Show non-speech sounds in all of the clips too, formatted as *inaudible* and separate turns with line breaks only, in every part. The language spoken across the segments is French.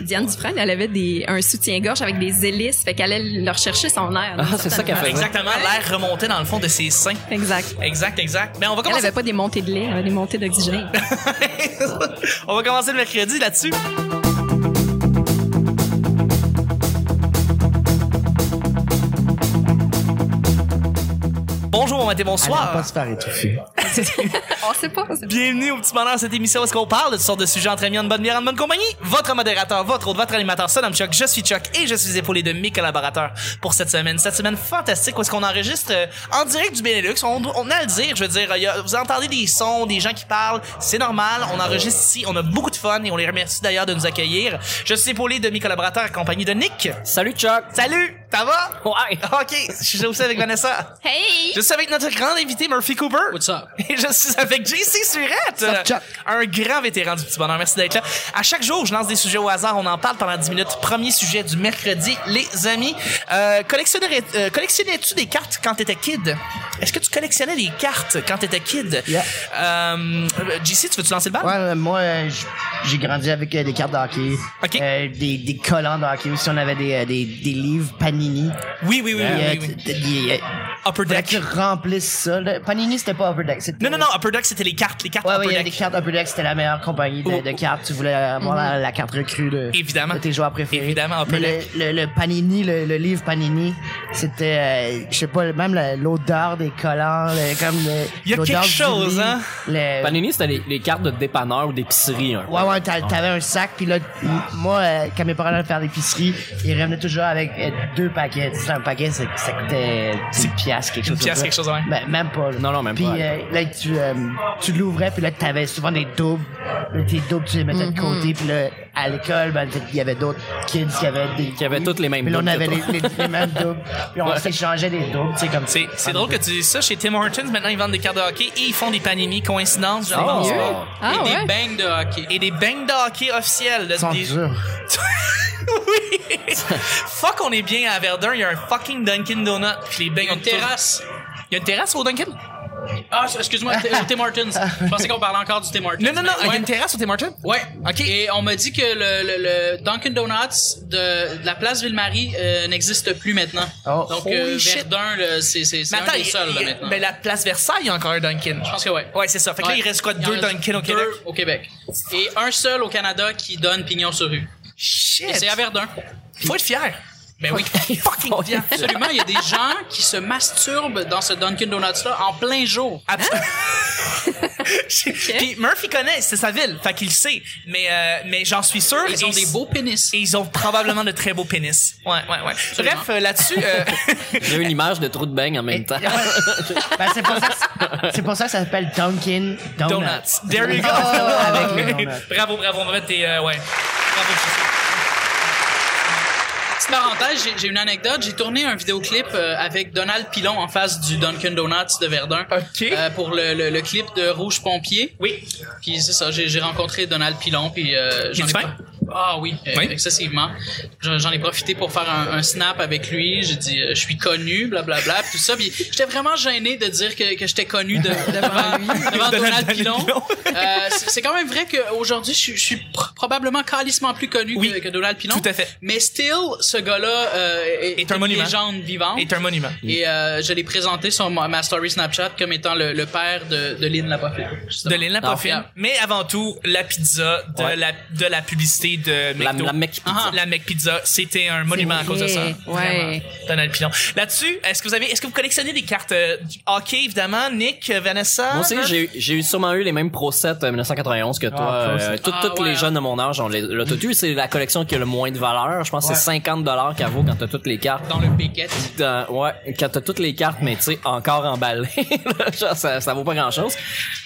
Diane Dufresne, elle avait des, un soutien-gorge avec des hélices, fait qu'elle allait leur chercher son air.
Ah, c'est ça qu'elle
certainement.
faisait.
Exactement, l'air remontait dans le fond de ses seins.
Exact.
Exact, exact. Mais on va
Elle
commencer.
avait pas des montées de lait, elle avait des montées d'oxygène.
on va commencer le mercredi là-dessus. Bonjour, bon matin,
Ah!
Elle aime
bonsoir.
pas se faire étouffer.
*laughs* On sait pas. on sait pas.
Bienvenue au petit bonheur cette émission où est-ce qu'on parle de toutes sortes de sujets entre amis, en bonne bière, en bonne compagnie. Votre modérateur, votre hôte, votre animateur, son nom Chuck, je suis Chuck et je suis épaulé de mes collaborateurs pour cette semaine. Cette semaine fantastique où est-ce qu'on enregistre euh, en direct du Benelux. On, doit- on a à le dire, je veux dire, il y a- vous entendez des sons, des gens qui parlent, c'est normal. On enregistre ici, on a beaucoup de fun et on les remercie d'ailleurs de nous accueillir. Je suis épaulé de mes collaborateurs accompagné de Nick.
Salut Chuck! Oh,
Salut, ça va?
Ouais!
Ok, je suis aussi avec Vanessa.
Hey!
Je suis avec notre grand invité Murphy Cooper.
What's up?
*laughs* Et je suis avec JC Surette,
Chuck?
un grand vétéran du petit bonheur. Merci d'être là. À chaque jour, je lance des sujets au hasard. On en parle pendant 10 minutes. Premier sujet du mercredi, les amis. Euh, collectionnerais- euh, Collectionnais-tu des cartes quand t'étais kid? Est-ce que tu collectionnais des cartes quand t'étais kid?
Yeah.
Euh, JC, tu veux-tu lancer le bal?
Ouais, euh, moi, euh, j- j'ai grandi avec euh, des cartes d'hockey.
Ok.
Euh, des, des collants d'hockey aussi. On avait des, euh, des, des livres Panini.
Oui, oui, oui,
Puis, euh,
Ah, oui, oui, oui.
t- des, euh,
Upper
fallait que
Deck.
tu remplisses ça. là. Panini, c'était pas Upper Deck. c'était-
Non, non, non, Upper Deck, c'était les cartes, les cartes
Ouais, ouais,
Upper
il y avait
Deck. Oh.
des cartes Upper Deck. C'était la meilleure compagnie de, de cartes. Tu voulais avoir la, la carte recrue de,
Mm-hmm. Évidemment.
de tes joueurs préférés.
Évidemment, Upper
Mais
Deck.
le, le, le Panini, le, le livre Panini, c'était, euh, je sais pas, même la- l'odeur des collants, le- comme le-
Il y a
l'odeur
quelque
du
chose,
livre,
hein?
le-
Panini, c'était les, les cartes de dépanneur ou d'épicerie. Hein.
Ouais, ouais, t'a- t'avais un sac, puis là, m- moi, euh, quand mes parents allaient faire l'épicerie, ils revenaient toujours avec euh, deux paquets. Tu sais, un paquet, ça, ça coûtait une piastre, quelque chose.
une piastre,
comme
quelque
ça.
chose, ouais.
Ben, même pas. là.
Non, non, même
puis,
pas,
euh, là, tu, euh, tu l'ouvrais, puis là, t'avais souvent des doubles. Là, tes doubles, tu les mettais de côté, puis là, à l'école, ben, t'sais, il y avait d'autres kids qui avaient des.
Qui avaient toutes les mêmes
Puis là, on
doubles que
avait
toi.
les, les- les mêmes doubles. Puis on
Ouais.
s'échangeait des doubles, tu sais, comme Ah,
C'est, c'est drôle que tu dises ça. Chez Tim Hortons, maintenant, ils vendent des cartes de hockey et ils font des panini. Coïncidence, j'en
Oh.
pense
Mieux.
pas.
Ah
et
ouais?
des bangs de hockey.
Et des bangs de hockey officiels. là,
Ils sont
des-
durs.
*laughs* oui. Fuck, on est bien à Verdun. Il y a un fucking Dunkin' Donut. Puis les bangs
Il y a une
autour-
terrasse.
Il y a une terrasse au Dunkin'?
Ah,
*laughs*
excuse-moi, t- au Tim Hortons. Je pensais qu'on parlait encore du Tim Hortons.
Non, non, non.
mais
Il y a
ouais.
une terrasse au Tim Hortons?
Ouais. OK. Et on m'a dit que le, le- le Dunkin' Donuts de, de la place Ville-Marie euh, n'existe plus maintenant.
Oh.
Donc,
Holy
euh,
shit.
Verdun, le- c'est c'est- c'est
Mais
un
attends,
des
il-
seuls là,
il-
maintenant.
ben, la place Versailles, il y a encore un Dunkin'.
Je pense que ouais.
Ouais, c'est ça. Fait que là,
Ouais.
il reste quoi?
en
Deux
reste
Dunkin' au
deux
Québec?
au Québec. Et un seul au Canada qui donne pignon sur rue. Et
Shit!
c'est à Verdun.
Faut être fier. Ben oui,
*laughs*
fucking fier.
Absolument, il y a des gens qui se masturbent dans ce Dunkin' Donuts-là en plein jour.
*laughs* Absolument. Puis Murphy connaît, c'est sa ville, fait qu'il le sait. Mais, euh, mais j'en suis sûr.
Ils ont
et-
des beaux pénis.
Et ils ont probablement de très beaux pénis. Ouais, ouais, ouais.
Absolument.
Bref, euh, là-dessus, euh,
J'ai une image de trou de beigne en
*laughs*
même temps.
Ben, c'est pour ça que- c'est pour ça que ça s'appelle Dunkin' Donuts.
donuts. There you go. *laughs*
Oh, avec les donuts.
bravo, bravo. On va mettre tes, euh, ouais. Bravo.
Petite parenthèse, j'ai- j'ai une anecdote. J'ai tourné un vidéoclip euh, avec Donald Pilon en face du Dunkin' Donuts de Verdun.
OK.
Euh, pour le, le- le clip de Rouge Pompier.
Oui.
Puis c'est ça, j'ai j'ai rencontré Donald Pilon. Puis euh, j'en
Il
ai
est fin?
pas- Ah oui, euh,
Oui.
excessivement. J'en j'en ai profité pour faire un, un snap avec lui. J'ai dit, euh, je suis connu, blablabla, puis tout ça. Puis j'étais vraiment gêné de dire que, que j'étais
*laughs*
connu de, devant, devant
Donald
Donald Pilon.
Pilon.
Euh, c'est c'est quand même vrai qu'aujourd'hui, je, suis- je suis pr- probablement calissement plus connu
Oui,
que, que Donald Pilon.
tout à fait.
Mais still, ce gars-là euh, est,
Est un
une
monument.
légende vivante.
Est un monument.
Et euh, je l'ai présenté sur ma, ma story Snapchat comme étant le, le père de, de Lynn Lapoffin.
De Lynn Lapoffin.
Ah.
Mais avant tout, la pizza de,
Ouais.
la, de la publicité de
La-
McDo.
la McPizza.
Ah, la McPizza. C'était un monument à cause de ça.
vrai, ouais.
Vraiment. Donald Pilon. Là-dessus, est-ce que vous avez, est-ce que vous collectionnez des cartes euh, du hockey, évidemment, Nick, euh, Vanessa?
Moi aussi,
Murph?
j'ai j'ai eu sûrement eu les mêmes Pro 7 euh, 1991 que toi.
Ah, Ah, Pro
euh,
Set.
tout-
Ah,
toutes
ouais.
les jeunes de mon âge ont les- l'ont tout eu. C'est la collection qui a le moins de valeur. Je pense que c'est 50 dollars qu'elle vaut quand t'as toutes les cartes.
Dans le piquet.
*laughs* Dans- ouais, quand t'as toutes les cartes, mais tu sais, encore emballées, *laughs* là, genre, ça, ça vaut pas grand chose.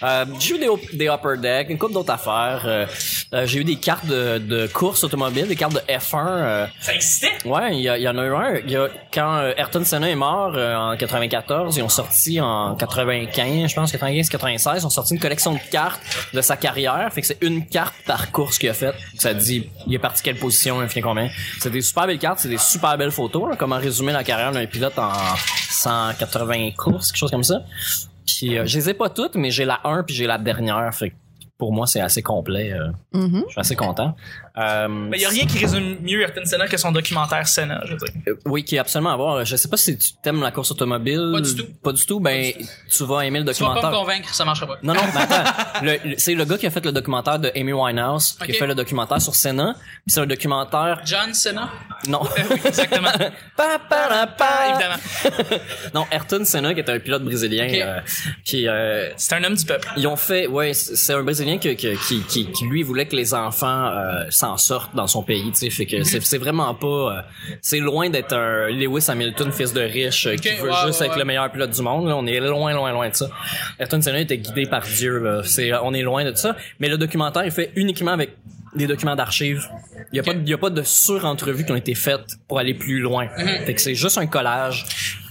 Euh, j'ai eu des, op- des Upper Deck, une couple d'autres affaires. euh, euh, j'ai eu des cartes de, de course automobile, des cartes de F1. euh,
Ça existait?
Ouais, il y, a- il y en a eu un. Il y a- quand euh, Ayrton Senna est mort euh, en 94, ils ont sorti en 95, je pense 95, 96, ils ont sorti une collection de cartes de sa carrière. Fait que c'est une carte par course qu'il a faite. Ça dit, il est parti quelle position, il finit combien. C'est des super belles cartes, c'est des super belles photos. là, comment résumer la carrière d'un pilote en 180 courses, quelque chose comme ça. Puis euh, je les ai pas toutes, mais j'ai la 1 puis j'ai la dernière. Fait que pour moi, c'est assez complet. euh,
Mhm.
je suis assez content. Euh,
Mais il n'y a rien qui résume mieux Ayrton Senna que son documentaire Senna, je veux dire.
*laughs* euh, Oui, qui est absolument à voir. Je sais pas si tu t'aimes la course automobile.
Pas du tout.
Pas du tout. Ben, tu vas aimer le
Tu vas pas me
documentaire.
convaincre, ça marchera pas.
Non, non, mais attends. *laughs* Le- le- c'est le gars qui a fait le documentaire de Amy Winehouse,
Ok.
qui a fait le documentaire sur Senna. Puis c'est un documentaire...
John Cena? *laughs*
Non.
Exactement.
Pa, pa, la, pa.
Évidemment.
Non, Ayrton Senna, qui est un pilote brésilien,
Ok.
euh, qui... euh,
C'est un homme du peuple.
ils ont fait, ouais, c'est c'est un Brésilien que- que- qui, qui, qui, lui voulait que les enfants euh, s'en sortent dans son pays, tu sais, fait
Mhm.
que c'est c'est vraiment pas, euh, c'est loin d'être un Lewis Hamilton fils de riche euh, qui
Ok,
veut
ouais,
juste
ouais,
être
ouais.
le meilleur pilote du monde. là. on est loin, loin, loin de ça. Ayrton Senna était guidé par Dieu, là. C'est, on est loin de ça. Mais le documentaire est fait uniquement avec des documents d'archives. Il y a pas, de- il y a pas de sur-entrevues qui ont été faites pour aller plus loin.
Mhm.
Fait que c'est juste un collage.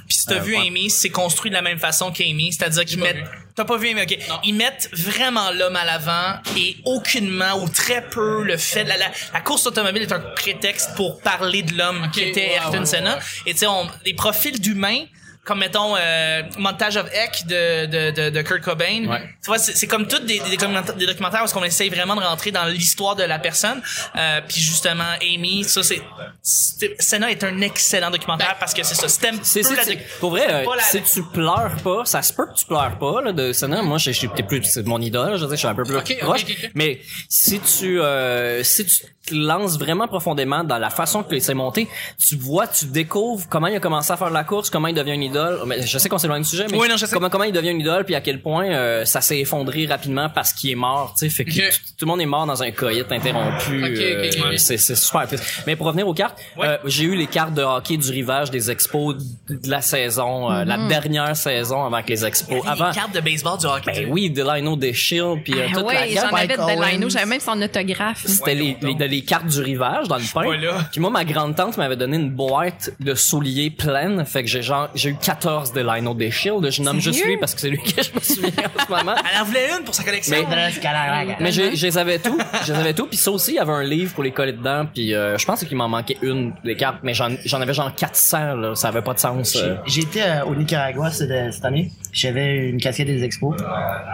Puis si t'as
Euh,
vu
ouais.
Amy, c'est construit de la même façon qu'Amy, c'est-à-dire qu'ils
pas
mettent. T'as pas vu Amy, ok. Ils mettent vraiment l'homme à l'avant et aucunement ou très peu le fait. La, la, la course automobile est un prétexte pour parler de l'homme qui était
wow,
Ayrton
ouais,
Senna.
ouais.
Et tu sais, on- les profils d'humains. Comme mettons euh, montage of Heck de de, de, de Kurt Cobain,
Ouais.
tu vois c'est c'est comme toutes des, des, documenta- des documentaires où est-ce qu'on essaye vraiment de rentrer dans l'histoire de la personne, Euh, puis justement Amy, ça c'est c'est- Senna est un excellent documentaire
Ben,
parce que c'est ça, si t'aimes
C'est,
peu
c'est-
la
c'est-
doc-
pour vrai, euh,
pas la-
si tu pleures pas, ça se peut que tu pleures pas là, de Senna. Moi, je je suis peut-être plus c'est mon idole, je veux dire, je suis un peu plus
Ok, ok,
proche.
ok, ok.
Mais si tu euh, si tu te lances vraiment profondément dans la façon que c'est monté, tu vois, tu découvres comment il a commencé à faire la course, comment il devient une idole. Mais je sais qu'on s'éloigne du sujet, mais
Oui, non, je sais.
comment comment il devient une idole, puis à quel point euh, ça s'est effondré rapidement parce qu'il est mort. Tu sais, fait que
Ok.
tout tout le monde est mort dans un coït interrompu.
Ok, ok,
euh,
ouais.
c'est, c'est super triste. Mais pour revenir aux cartes, euh, j'ai eu les cartes de hockey du rivage des expos de la saison, euh, la dernière saison avant que les expos. Avant,
Les cartes de baseball du hockey.
ben oui, Delano Deschille, puis euh,
Ah
toute la
ouais,
gamme.
j'en avais de
Mike
Delano,
Owens.
j'avais même son autographe.
C'était les, les, les cartes du rivage dans le pain.
pas là.
Puis moi, ma grande-tante m'avait donné une boîte de souliers pleine. Fait que j'ai genre, j'ai eu 14 Delano Deschille. Je nomme juste
Sérieux?
lui parce que c'est lui que je me souviens en ce moment.
Elle en voulait une pour sa collection.
Mais-
Mais
Mais je, je les avais tout, je les avais tout, puis ça aussi, il y avait un livre pour les coller dedans, puis euh, je pense qu'il m'en manquait une des cartes, mais j'en j'en avais genre 400, là, ça avait pas de sens. euh.
J'étais euh, au Nicaragua euh, cette, cette année. J'avais une casquette des expos.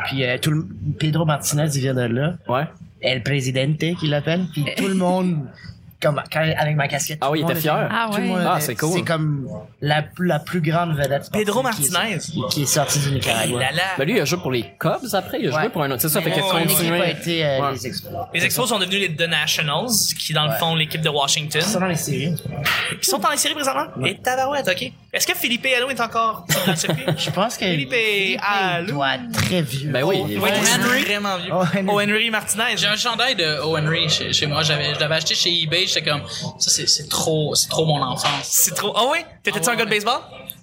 Puis euh, tout le, Pedro Martinez, il vient de là.
Ouais.
El Presidente, qu'il l'appelle.
*laughs*
Puis tout le monde, comme, quand- avec ma casquette.
Ah oui,
tout
il
le
était
monde
fier.
Ah
tout le monde
ouais.
Ah,
était-
c'est cool.
C'est comme la, la plus grande vedette. sportive
Pedro
qui est-
Martinez.
Qui, qui est sorti du Nicaragua.
Là, là.
Ben lui, il a joué pour les Cubs après, il a joué
Ouais.
pour un autre, c'est ça, fait
Mais
qu'il
là,
a
son
Son équipe
continué.
a été euh,
Ouais.
les expos.
Les expos sont devenus les The Nationals, qui dans le
Ouais.
fond l'équipe de Washington.
Ils sont dans les séries.
Ils sont dans les séries présentement. Et tabarouette, ok. Est-ce que Philippe Allo est encore dans le circuit?
*laughs* Je pense que.
Philippe
il
Allo.
doit être très vieux.
Ben oui, il-
Ouais,
Ouais.
Henry. Vraiment vieux.
Oh, Henry.
Oh, Henry Martinez.
J'ai un chandail de O'Henry chez, chez moi. J'avais, je l'avais acheté chez eBay. J'étais comme, ça, c'est, c'est trop, c'est trop mon enfance.
C'est trop. Oh ouais? T'étais-tu
Ah
un
ouais,
gars de
ouais.
baseball?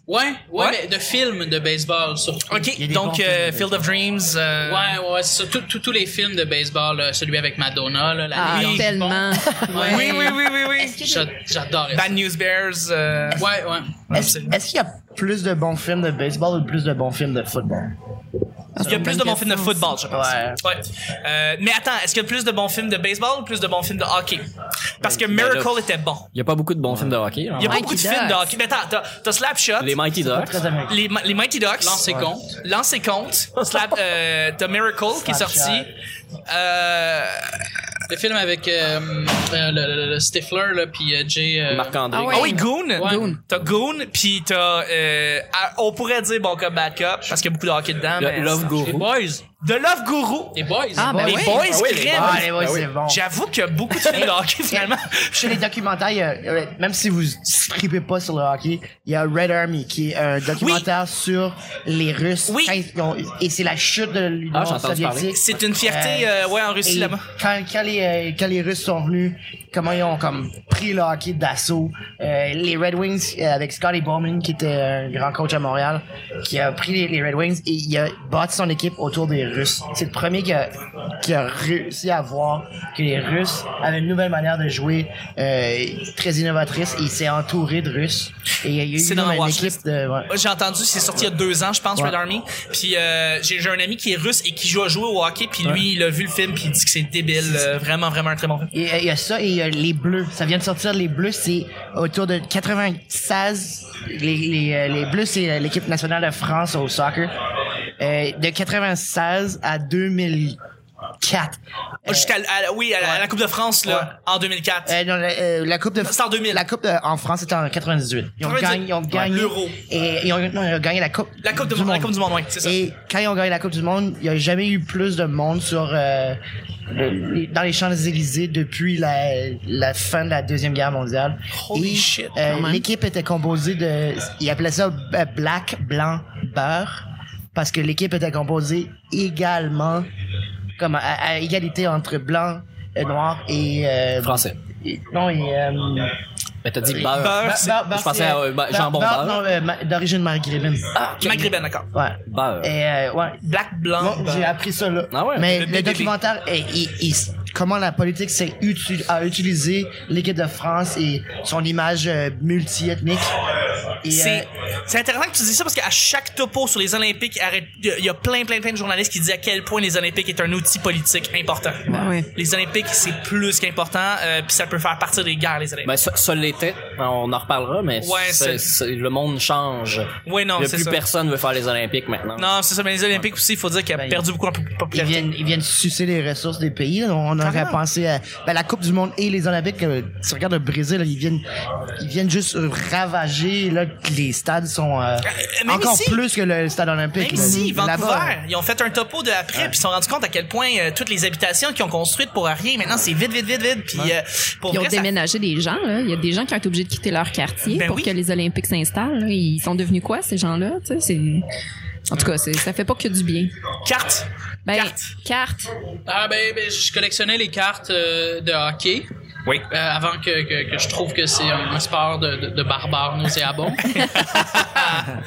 Ouais, ouais,
Ouais.
mais de films de baseball surtout.
y a
Ok.
des bons
Donc, euh,
films de
Field of Dreams. euh,
Ouais, ouais, c'est ça. Tous- tous- Tous les films de baseball, là, celui avec Madonna, là, la
Ah,
Ligue du
tellement.
Pont. Ouais.
Oui, oui, oui, oui, oui.
J'a- J'adorais ça.
Bad News Bears. euh,
Ouais, ouais.
Est-ce est-ce qu'il y a plus de bons films de baseball ou plus de bons films de football?
Il y a plus de bons films de football, je pense.
Ouais.
Euh, mais attends, est-ce qu'il y a plus de bons films de baseball ou plus de bons films de hockey? Parce que
là-
Miracle était bon.
Il y a pas beaucoup de bons films de hockey. hein.
Il y a pas
Mighty
beaucoup de films de
Ducks.
hockey. Mais attends, t'as- t'as Slapshot,
Les
les,
Mighty Ducks.
Ah, Très américain.
les, Mi- les Mighty Ducks,
Lancez compte.
Lance et Compte, Slap, euh, t'as Miracle qui est sorti. Euh,
Le film avec euh, euh, le, le- le Stifler, là, puis euh, Jay. euh,
Marc-André.
Ah
ah oui, Goon.
Goon.
T'as Goon, puis t'as. Euh, ah, on pourrait dire Bon Cop, Bad Cop, parce qu'il y a beaucoup de hockey dedans.
Le-
mais
Love
ça-
Les
Guru.
Boys.
De Love Guru.
Les Boys.
Ah, ben
les
oui.
Boys,
Ah oui, les
crème.
Ah, les boys,
Ah oui.
c'est bon.
J'avoue qu'il y a beaucoup de films de
*laughs*
hockey *laughs* finalement.
Chez les documentaires, il y a- euh, même si vous tripez pas sur le hockey, il y a Red Army qui est un documentaire sur les Russes.
Oui.
Quand ils ont- et c'est la chute de l'Union
Ah, j'ai entendu parler.
soviétique.
C'est une fierté, euh, ouais, en Russie
et
là-bas.
Quand, quand les, euh, quand les Russes sont venus, comment ils ont comme pris le hockey d'assaut. Euh, les Red Wings euh, avec Scotty Bowman, qui était un grand coach à Montréal, qui a pris les, les Red Wings et il a bâti son équipe autour des Russes. C'est le premier qui a, qui a réussi à voir que les Russes avaient une nouvelle manière de jouer euh, très innovatrice. Il s'est entouré de Russes et il y a eu
C'est dans
comme
ma
une
watchlist.
équipe de. ouais.
Moi, J'ai entendu, c'est sorti il y a deux ans, je pense, Red Army. Puis euh, j'ai j'ai un ami qui est russe et qui joue à jouer au hockey. Puis lui, il a vu le film puis il dit que c'est débile. euh, vraiment, vraiment un très bon film.
Il y a- il y a ça et il y a les bleus. Ça vient de sortir. Les bleus, c'est autour de 96. Les, les, euh, les bleus, c'est l'équipe nationale de France au soccer. Euh, de 96 à 2015, 2004. Euh,
Jusqu'à à- oui, à la, à la Coupe de France là,
Ouais.
en 2004.
euh, non, la, euh, la coupe de
C'est en 2000.
La coupe de- en France c'était en 98. Ils ont
98.
gagné, ils ont
Ouais,
gagné
l'Euro.
Et ils ont, non, ils ont gagné la coupe.
La Coupe de- la Coupe du Monde, ouais, c'est ça.
Et quand ils ont gagné la coupe du monde, il n'y a jamais eu plus de monde sur euh, le- les- dans les Champs Élysées depuis la, la fin de la deuxième guerre mondiale.
Holy
Et,
shit,
euh,
quand même.
L'équipe était composée de, ils appelaient ça euh, black, blanc, beurre, parce que l'équipe était composée également comme à, à égalité entre blanc, euh, noir et euh,
Français.
et- Non, et. Euh,
Mais t'as dit
Oui.
beurre.
Beurre.
Bar-
Ah, c'est-
Bar-
je pensais à, euh, ba-
Bar-
jambon
Bar-
beurre.
Non, euh, ma- d'origine maghrébine.
Ah, Maghrébin, d'accord.
Ouais.
Beurre.
Et, euh, ouais.
Black, blanc. ben,
Bon,
beurre.
j'ai appris ça là.
Ah ouais?
Mais
Le
le,
BBB.
documentaire, eh, il- il- comment la politique s'est utu- a utilisé l'équipe de France et son image euh, multiethnique. Et,
C'est
euh,
c'est intéressant que tu dis ça parce qu'à chaque topo sur les Olympiques, arrête- il y a plein, plein, plein de journalistes qui disent à quel point les Olympiques est un outil politique important.
Ben oui.
Les Olympiques, c'est plus qu'important, euh, puis ça peut faire partir des guerres, les Olympiques.
Ben, ça, ça l'était. On en reparlera, mais
Ouais,
c'est-
c'est-
c'est- le monde change.
Ouais, non,
Il y a
c'est
plus
ça.
personne veut faire les Olympiques maintenant.
non, c'est ça, mais les Olympiques aussi, il faut dire qu'il a
Ben,
perdu beaucoup en pop-
ils
popularité.
viennent, ils viennent sucer les ressources des pays. là. On aurait
Carrément.
pensé à ben, la Coupe du Monde et les Olympiques. euh, tu regardes le Brésil, là, ils viennent, ils viennent juste ravager. Là, que les stades sont euh,
même
encore
ici.
plus que le stade olympique.
Même
là.
ici,
Là-bas,
Vancouver, ils ont fait un topo de après, puis ils se sont rendus compte à quel point euh, toutes les habitations qu'ils ont construites pour rien, maintenant c'est vite, vite, vite, vite. Puis euh, pour
Ils ont
vrai, ça-
déménagé des gens. Là. Il y a des gens qui ont été obligés de quitter leur quartier
Ben
pour
oui.
que les Olympiques s'installent. là. Ils sont devenus quoi, ces gens-là? Tu sais, c'est- En tout cas, c'est- ça fait pas que du bien.
carte.
Ben,
Carte.
carte.
Ah ben, ben, je collectionnais les cartes euh, de hockey.
Oui.
Euh, avant que, que- que je trouve que c'est un, un sport de, de, de
*laughs*
barbare nauséabond.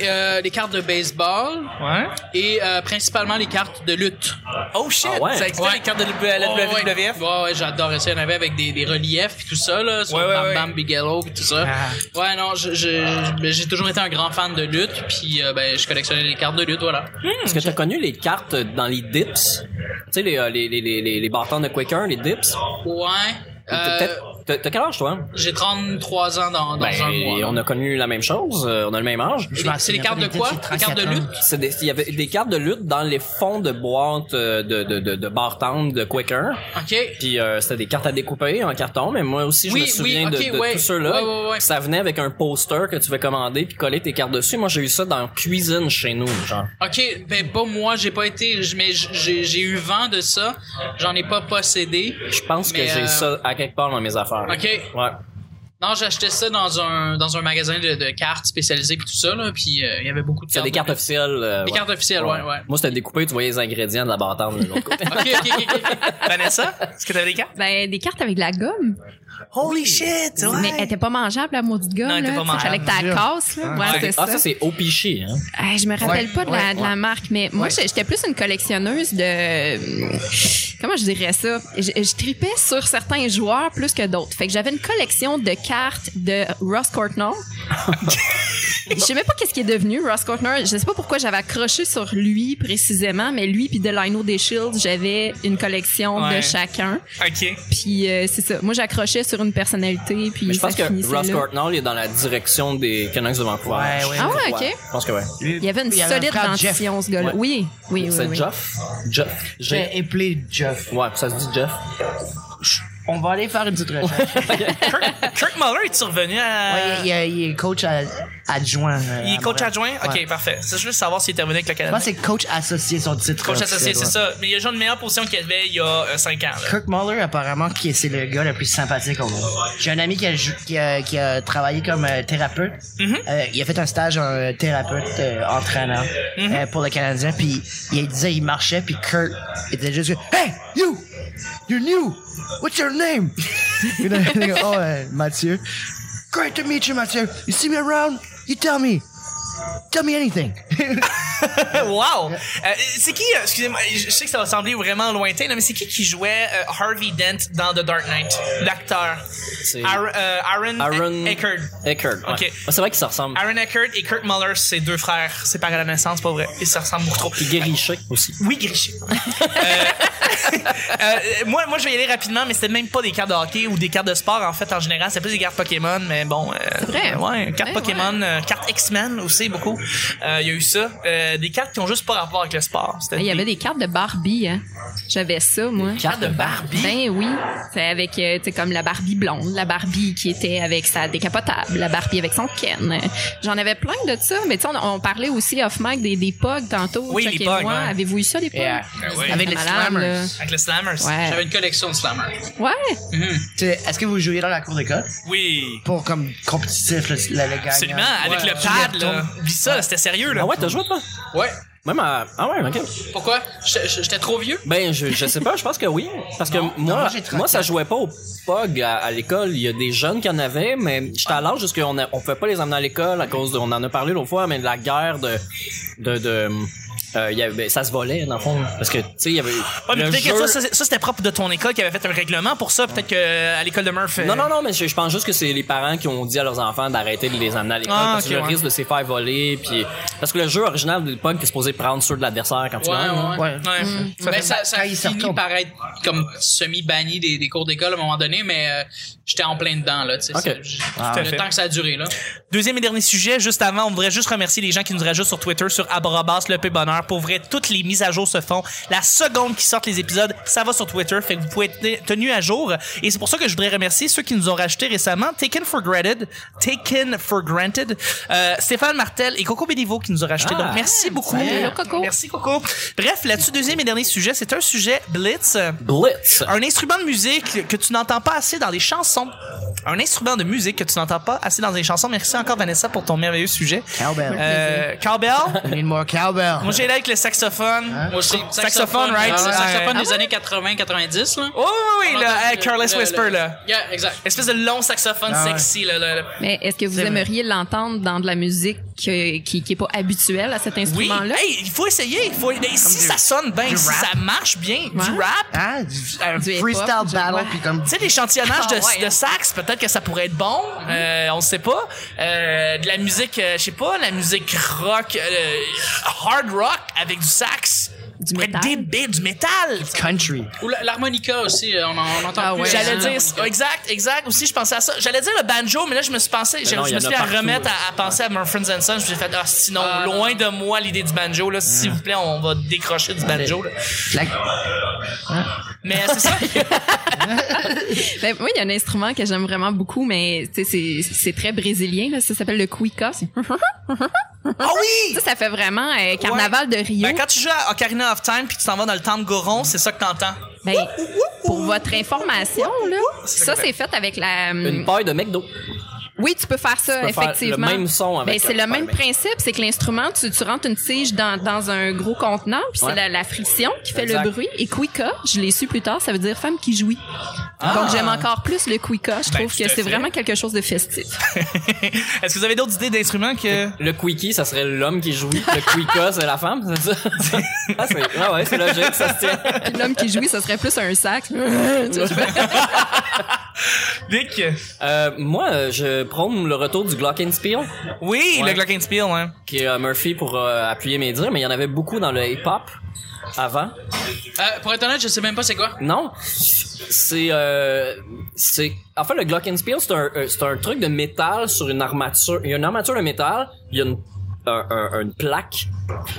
euh, les cartes de baseball
Ouais.
et euh, principalement les cartes de lutte.
Oh shit,
Ah ouais.
ça existait
Ouais.
les cartes de la, la
Oh,
WWF.
Ouais, ouais, ouais j'adorais ça. Il y en avait avec des, des reliefs et tout ça, là, sur
Ouais, ouais,
Bam
ouais.
Bam Bigelow et tout ça.
Ah.
Ouais, non, je- je- je- j'ai toujours été un grand fan de lutte, puis euh, ben, je collectionnais les cartes de lutte, voilà.
Est-ce que t'as connu les cartes dans les dips? Tu sais, les, euh, les, les, les, les, les bâtons de Quaker, les dips?
Ouais.
T'as-
euh,
peut-être- T'as t'as quel âge, toi?
j'ai 33 ans dans, dans
Ben,
un mois. là.
on a connu la même chose. euh, On a le même âge.
Je
Les-
m'en
C'est les
souviens
cartes
pas,
de
mais
quoi?
peut-être j'ai
Les cartes de
37 ans.
lutte?
C'est des- il y avait des cartes de lutte dans les fonds de boîtes euh, de, de, de, de bartendres de Quaker.
OK.
Puis euh, c'était des cartes à découper en carton, mais moi aussi je
Oui,
me souviens
oui,
de-
ok,
de,
ouais.
tout ceux-là.
Ouais, ouais, ouais.
Ça venait avec un poster que tu veux commander puis coller tes cartes dessus. Moi j'ai eu ça dans cuisine chez nous, genre.
OK, ben pas moi, j'ai pas été j- mais j- j'ai j'ai eu vent de ça. J'en ai pas possédé.
Je pense que
Mais,
j'ai
euh,
ça à quelque part dans mes affaires.
Ok.
Ouais.
Non, j'achetais ça dans un dans un magasin de, de cartes spécialisées puis tout ça là, puis euh, il y avait beaucoup de
C'est
cartes.
des cartes officielles. euh,
Des
ouais.
cartes officielles, ouais, ouais.
Moi c'était découpé, tu voyais les ingrédients de la bartende de l'autre côté.
OK, OK, OK. ok.
Vanessa, est-ce que t'avais des cartes?
Ben, des cartes avec de la gomme.
Holy shit, ouais.
Mais elle était pas mangeable, la maudite gomme.
Non, elle était
là,
pas
tu sais, fallait que t'as
mangeable.
casse. Là. *laughs* Ouais, c'est
ah ça c'est au piché, hein.
Ah, je me rappelle
Ouais,
pas de, la,
ouais,
de la marque, mais moi, j'ai- j'étais plus une collectionneuse de... Comment je dirais ça? Je, je tripais sur certains joueurs plus que d'autres. Fait que j'avais une collection de cartes de Ross Courtnell. je sais même pas qu'est-ce qui est devenu Ross Courtnell. Je sais pas pourquoi j'avais accroché sur lui précisément, mais lui puis Delino Des Shields, j'avais une collection
Ouais.
de chacun.
OK.
Puis euh, c'est ça. Moi, j'accrochais sur une personnalité puis
Mais je
ça
pense que
finissait
Ross
là.
Cortnell est dans la direction des Canucks de Vancouver.
Ouais, ouais.
Ah
Je
ouais,
crois.
ok.
Je pense que ouais.
Il y avait une
Il y avait un
solide
frère, Jeff.
dentition, ce gars-là.
Ouais.
Oui, oui, oui.
c'est
oui.
Jeff. Jeff. J'ai-
J'ai appelé Jeff.
Ouais, ça se dit Jeff.
On va aller faire une petite recherche.
Kirk, Kirk Muller est revenu à.
Ouais, il, il- il est coach à- adjoint. euh,
Euh, il est
à
coach
Montréal.
adjoint? Ok,
Ouais.
parfait. C'est juste savoir s'il est revenu avec le
Je
Canada.
pense que c'est coach associé son titre.
Coach
officiel,
associé, c'est
ouais.
ça. Mais il y a genre une meilleure position qu'il y avait il y a 5 ans. là.
Kirk Muller, apparemment, qui est- c'est le gars le plus sympathique au monde. J'ai un ami qui a, jou- qui a- qui a travaillé comme euh, thérapeute. Euh, il a fait un stage en thérapeute euh, entraînant euh, pour le Canadien. Puis il disait, il marchait, puis Kirk était juste comme, Hey, you! You're new! What's your name? *laughs* Puis là, il dit, oh, euh, Mathieu. Great to meet you, Mathieu. You see me around? You tell me. Tell me anything.
Wow! Euh, c'est qui, euh, excusez-moi, je sais que ça va sembler vraiment lointain, là, mais c'est qui qui jouait euh, Harvey Dent dans The Dark Knight? L'acteur.
C'est-
Ar- euh, Aaron,
Aaron
Eckert.
Eckert. ouais.
Ok.
Ouais, c'est vrai qu'ils se ressemblent.
Aaron Eckert et Kirk Muller, c'est deux frères séparés à la naissance, pas vrai. Ils se ressemblent beaucoup trop.
Puis Guérichet aussi.
Oui, Grichet. *laughs* moi, moi, je vais y aller rapidement, mais c'était même pas des cartes de hockey ou des cartes de sport, en fait, en général. C'est plus des cartes Pokémon, mais bon. euh,
vrai.
Ouais, cartes
Ouais,
Pokémon, euh, cartes X-Men aussi, beaucoup. Euh, Il y a eu ça. Euh, euh, des cartes qui ont juste pas rapport avec le sport. C'était
Ah, Il y avait des cartes de Barbie, hein. J'avais ça, moi.
cartes de Barbie.
Ben oui. C'est avec, euh, tu sais, comme la Barbie blonde, la Barbie qui était avec sa décapotable, la Barbie avec son Ken. J'en avais plein de ça, mais tu sais, on, on parlait aussi off-mic des, des pogs tantôt.
Oui,
Chuck
les
et
pogs,
moi.
ouais.
Avez-vous eu ça, des pogs?
*laughs* Yeah.
oui.
Avec les
C'était malade,
slammers.
là.
Avec le Slammers.
J'avais
Ouais.
une collection de slammers.
Ouais.
Tu sais, Est-ce que vous jouiez dans la cour d'école?
Oui.
Pour comme compétitif, le, le, le gagnant.
Absolument, avec
Ouais.
le pad,
Tu les
là. Vis ça, c'était sérieux, là.
Ah ouais, t'as joué, toi?
Ouais.
Même à... Ah ouais, ok.
Pourquoi? J'étais j'étais trop vieux?
Ben, je, je sais pas, je pense que oui. Parce que moi,
moi, j'ai 34.
moi, ça jouait pas au POG à, à l'école. Il y a des jeunes qui en avaient, mais j'étais à l'âge parce qu'on a- on pouvait pas les emmener à l'école à cause de, on en a parlé l'autre fois, mais de la guerre de, de, de, euh, il y avait, ben, ça se volait, dans le fond. Parce que, tu sais, il y avait,
Ouais, Ah, mais
le
peut-être que
jeu-
ça, ça, ça, c'était propre de ton école qui avait fait un règlement pour ça. Peut-être que euh, à l'école de Murph. euh,
Non, non, non, mais je, je pense juste que c'est les parents qui ont dit à leurs enfants d'arrêter de les emmener à l'école
Ah,
parce
ok,
que le
ouais.
risque de se faire voler. Puis, parce que le jeu original de POG, t'es supposé prendre ceux de l'adversaire quand tu
Ouais,
gagnes.
ouais.
Ouais. Mm.
Ouais.
Ça, ben, ça, ça
quand il se
finit
retourne.
par être comme semi-banni des, des cours d'école à un moment donné, mais euh, j'étais en plein dedans. Là, tu sais,
Ok.
c'est- j-
Ah.
le
Tout à fait.
temps que ça a duré. Là.
Deuxième et dernier sujet, juste avant, on voudrait juste remercier les gens qui nous rajoutent sur Twitter, sur Abrabas, le P Bonheur. Pour vrai, toutes les mises à jour se font. La seconde qui sortent les épisodes, ça va sur Twitter, fait que vous pouvez être tenu à jour. Et c'est pour ça que je voudrais remercier ceux qui nous ont rajouté récemment. Taken for granted, Taken for granted, euh, Stéphane Martel et Coco Béliveau qui nous ont rajouté.
Ah.
Donc, merci beaucoup.
Salut, allô, Coco.
Merci, Coco. Bref, là-dessus, deuxième et dernier sujet, c'est un sujet Blitz.
Blitz.
Un instrument de musique que tu n'entends pas assez dans les chansons. Un instrument de musique que tu n'entends pas assez dans les chansons. Merci encore, Vanessa, pour ton merveilleux sujet.
Cowbell.
Euh, cowbell. *laughs*
I need more cowbell.
Moi, j'ai là avec le saxophone.
Hein?
Moi aussi,
Saxophone, right? Ah
euh, saxophone
Ouais.
des années 80-90. là.
Oh, oui, oui,
On
oui, là,
entend
euh, Careless
le- le-
Whisper, là.
Yeah, exact.
Espèce de long saxophone
Ah ouais.
sexy, là. là, là.
Mais est-ce que vous
C'est vrai.
aimeriez l'entendre dans de la musique euh, qui, qui est pas habituelle à cet
Oui,
instrument-là?
hey, il faut essayer. Il faut... Si
du-
ça sonne bien,
du
si
rap.
ça marche bien, du
Ouais.
rap.
Hein? Du- Un
Du hip-hop,
freestyle
du-
battle,
ouais.
puis comme.
Tu sais, l'échantillonnage de,
Ah ouais,
de
hein.
sax, peut-être que ça pourrait être bon. Euh, on sait pas. Euh, de la musique, euh, je sais pas, la musique rock, euh, hard rock avec du sax.
Du
Ça pourrait être
métal.
débile, du métal.
Country.
Ou la- l'harmonica aussi, euh, on, en- on entend
Ah
plus.
ouais.
hein,
J'allais dire,
l'harmonica.
exact, exact. Aussi, je pensais à ça. J'allais dire le banjo, mais là, je me suis pensé, je,
non, il
je
y
me
en
suis
a
fait
partout,
remettre
là.
à, à penser à Murphins Sons. J'ai fait, ah, sinon,
Ah, non,
loin de moi l'idée du banjo, là. S'il
Ah.
vous plaît, on va décrocher du banjo, là.
La-
Mais
*laughs*
c'est ça.
Ben, moi, il y a un instrument que j'aime vraiment beaucoup, mais tu sais, c'est c'est très brésilien. Là. Ça s'appelle le cuica. C'est-
ah oui!
Ça, ça fait vraiment euh, carnaval de Rio.
Ben, quand tu joues à Ocarina of Time puis que tu t'en vas dans le temple Goron, c'est ça que t'entends.
Ben, pour votre information, là,
C'est
ça,
vrai.
c'est fait avec la... euh,
Une paille de McDo.
Oui, tu peux faire ça,
peux faire
effectivement.
le même son avec
Ben, c'est
la-
le même
ouais, mais-
principe, c'est que l'instrument, tu, tu rentres une tige dans, dans un gros contenant, puis c'est
Ouais.
la, la friction qui fait
Exact.
le bruit. Et cuica, je l'ai su plus tard, ça veut dire femme qui jouit.
Ah!
Donc j'aime encore plus le cuica. Je
Ben,
trouve
tout à
que c'est
fait.
vraiment quelque chose de festif.
Est-ce que vous avez d'autres idées d'instruments que.
Le quickie, ça serait l'homme qui jouit. Le quicka, c'est la femme, c'est ça? ah, c'est, ah ouais, c'est logique, ça se tient.
Puis l'homme qui jouit, ça serait plus un sac. Tu vois, je-
Dick?
Euh, moi, euh, je prône le retour du Glockenspiel,
Oui,
Ouais.
le hein. Glockenspiel, ouais.
qui est euh, Murphy pour euh, appuyer mes dires, mais il y en avait beaucoup dans le hip-hop avant.
Euh, pour être honnête, je sais même pas c'est quoi.
Non, c'est... Euh, c'est en fait, le Glockenspiel, c'est un, euh, c'est un truc de métal sur une armature. Il y a une armature de métal, il y a une, un- un- une plaque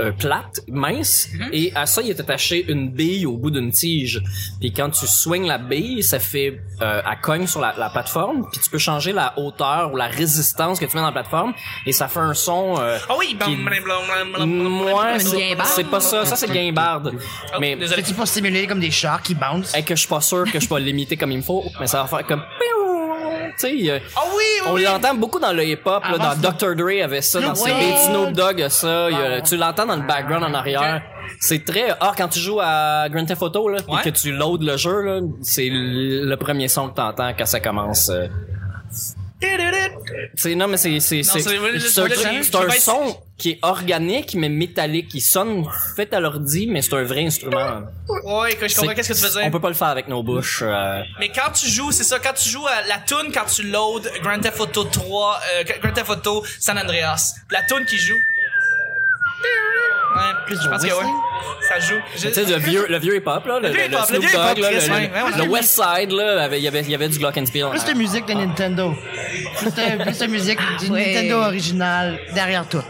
euh, plate, mince,
Mhm.
et à ça, il est attaché une bille au bout d'une tige. Puis quand tu swings la bille, ça fait... Euh, elle cogne sur la, la plateforme, puis tu peux changer la hauteur ou la résistance que tu mets dans la plateforme, et ça fait un son... euh,
Ah oui, bon,
qui- moi,
Une
c'est
guimbarde.
c'est pas ça. Ça, c'est guimbarde. Mais
Oh, désolé.
C'est-tu pour stimuler comme des chars qui bounce?
et que je suis pas sûr que je vais l'imiter comme il me faut, mais ça va faire comme. Tu sais, euh,
Ah oui, oui, Ah
on
oui.
l'entend beaucoup dans le hip-hop, là,
Avant,
dans Dr. Dre avait ça, dans ses
Ouais.
beats, Snoop Dogg a ça, il y a- tu l'entends dans le background en arrière. C'est très, ah, quand tu joues à Grand Theft Auto, là,
Ouais.
et que tu loads le jeu, là, c'est le le premier son que t'entends quand ça commence. euh.
Mm.
C'est, non, mais c'est, c'est, c'est,
c'est-
c'est un,
je- je-
truc-
je-
c'est un
je-
son qui est organique, mais métallique, qui sonne fait à l'ordi, mais c'est un vrai instrument.
Ouais, que je comprends
C'est-
qu'est-ce que tu veux dire.
On peut pas le faire avec nos bouches. euh,
Mais quand tu joues, c'est ça, quand tu joues à la tune, quand tu load Grand Theft Auto 3, euh, Grand Theft Auto San Andreas, la tune qui joue. Ouais,
Plus
je pense
du
que ouais.
whistling.
Ça joue. Je-
Tu sais, le vieux, le vieux hip-hop, là, le,
vieux
le- le
hip-hop, le
Snoop
vieux
Dogg,
hip-hop,
là,
Chris, ouais, ouais,
le, le,
ouais.
le West Side, là, avait- il y avait, il y avait du Glockenspiel.
Plus de musique de Nintendo. Plus de, plus de musique du
Ouais.
Nintendo original derrière tout.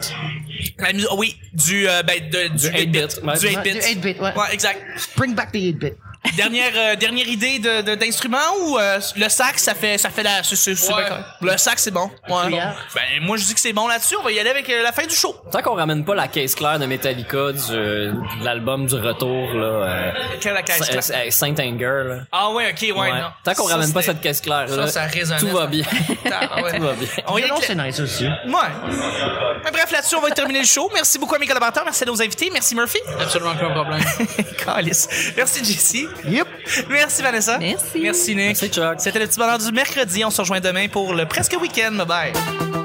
La musique, ah oui, du, euh, ben, de- du 8-bit.
8-bit, ouais.
Du 8-bit.
Du 8-bit, ouais.
Ouais, exact.
Bring back the 8-bit.
Dernière, euh, dernière idée de- de- d'instrument ou euh, le sax, ça fait, ça fait la. c'est- c'est- c'est
Ouais.
bien correct. Le sax, c'est bon. Ouais.
Bien.
Ben, moi, je dis que c'est bon là-dessus. On va y aller avec euh, la fin du show.
Tant qu'on ramène pas la caisse claire de Metallica du, de l'album du retour, là. euh,
Quelle la caisse claire?
Saint- euh, Saint Anger, là.
Ah, ouais, ok, ouais,
Ouais.
non.
Tant qu'on
Ça,
ramène pas
c'était-
cette caisse claire,
ça,
là,
ça résonnait,
tout
ça.
va bien.
*laughs* Ah, ouais.
*laughs* Tout va bien.
On y
Violon,
avec
c'est
la-
nice aussi.
Ouais. Mais bref, là-dessus, on va terminer le show. Merci beaucoup à mes collaborateurs. Merci à nos invités. Merci Murphy. *laughs*
Absolument aucun problème.
Calice. Merci Jessie.
Yep.
Merci Vanessa.
Merci.
Merci Nick.
Merci, Chuck.
C'était le petit bonheur du mercredi. On se rejoint demain pour le presque week-end. Bye bye.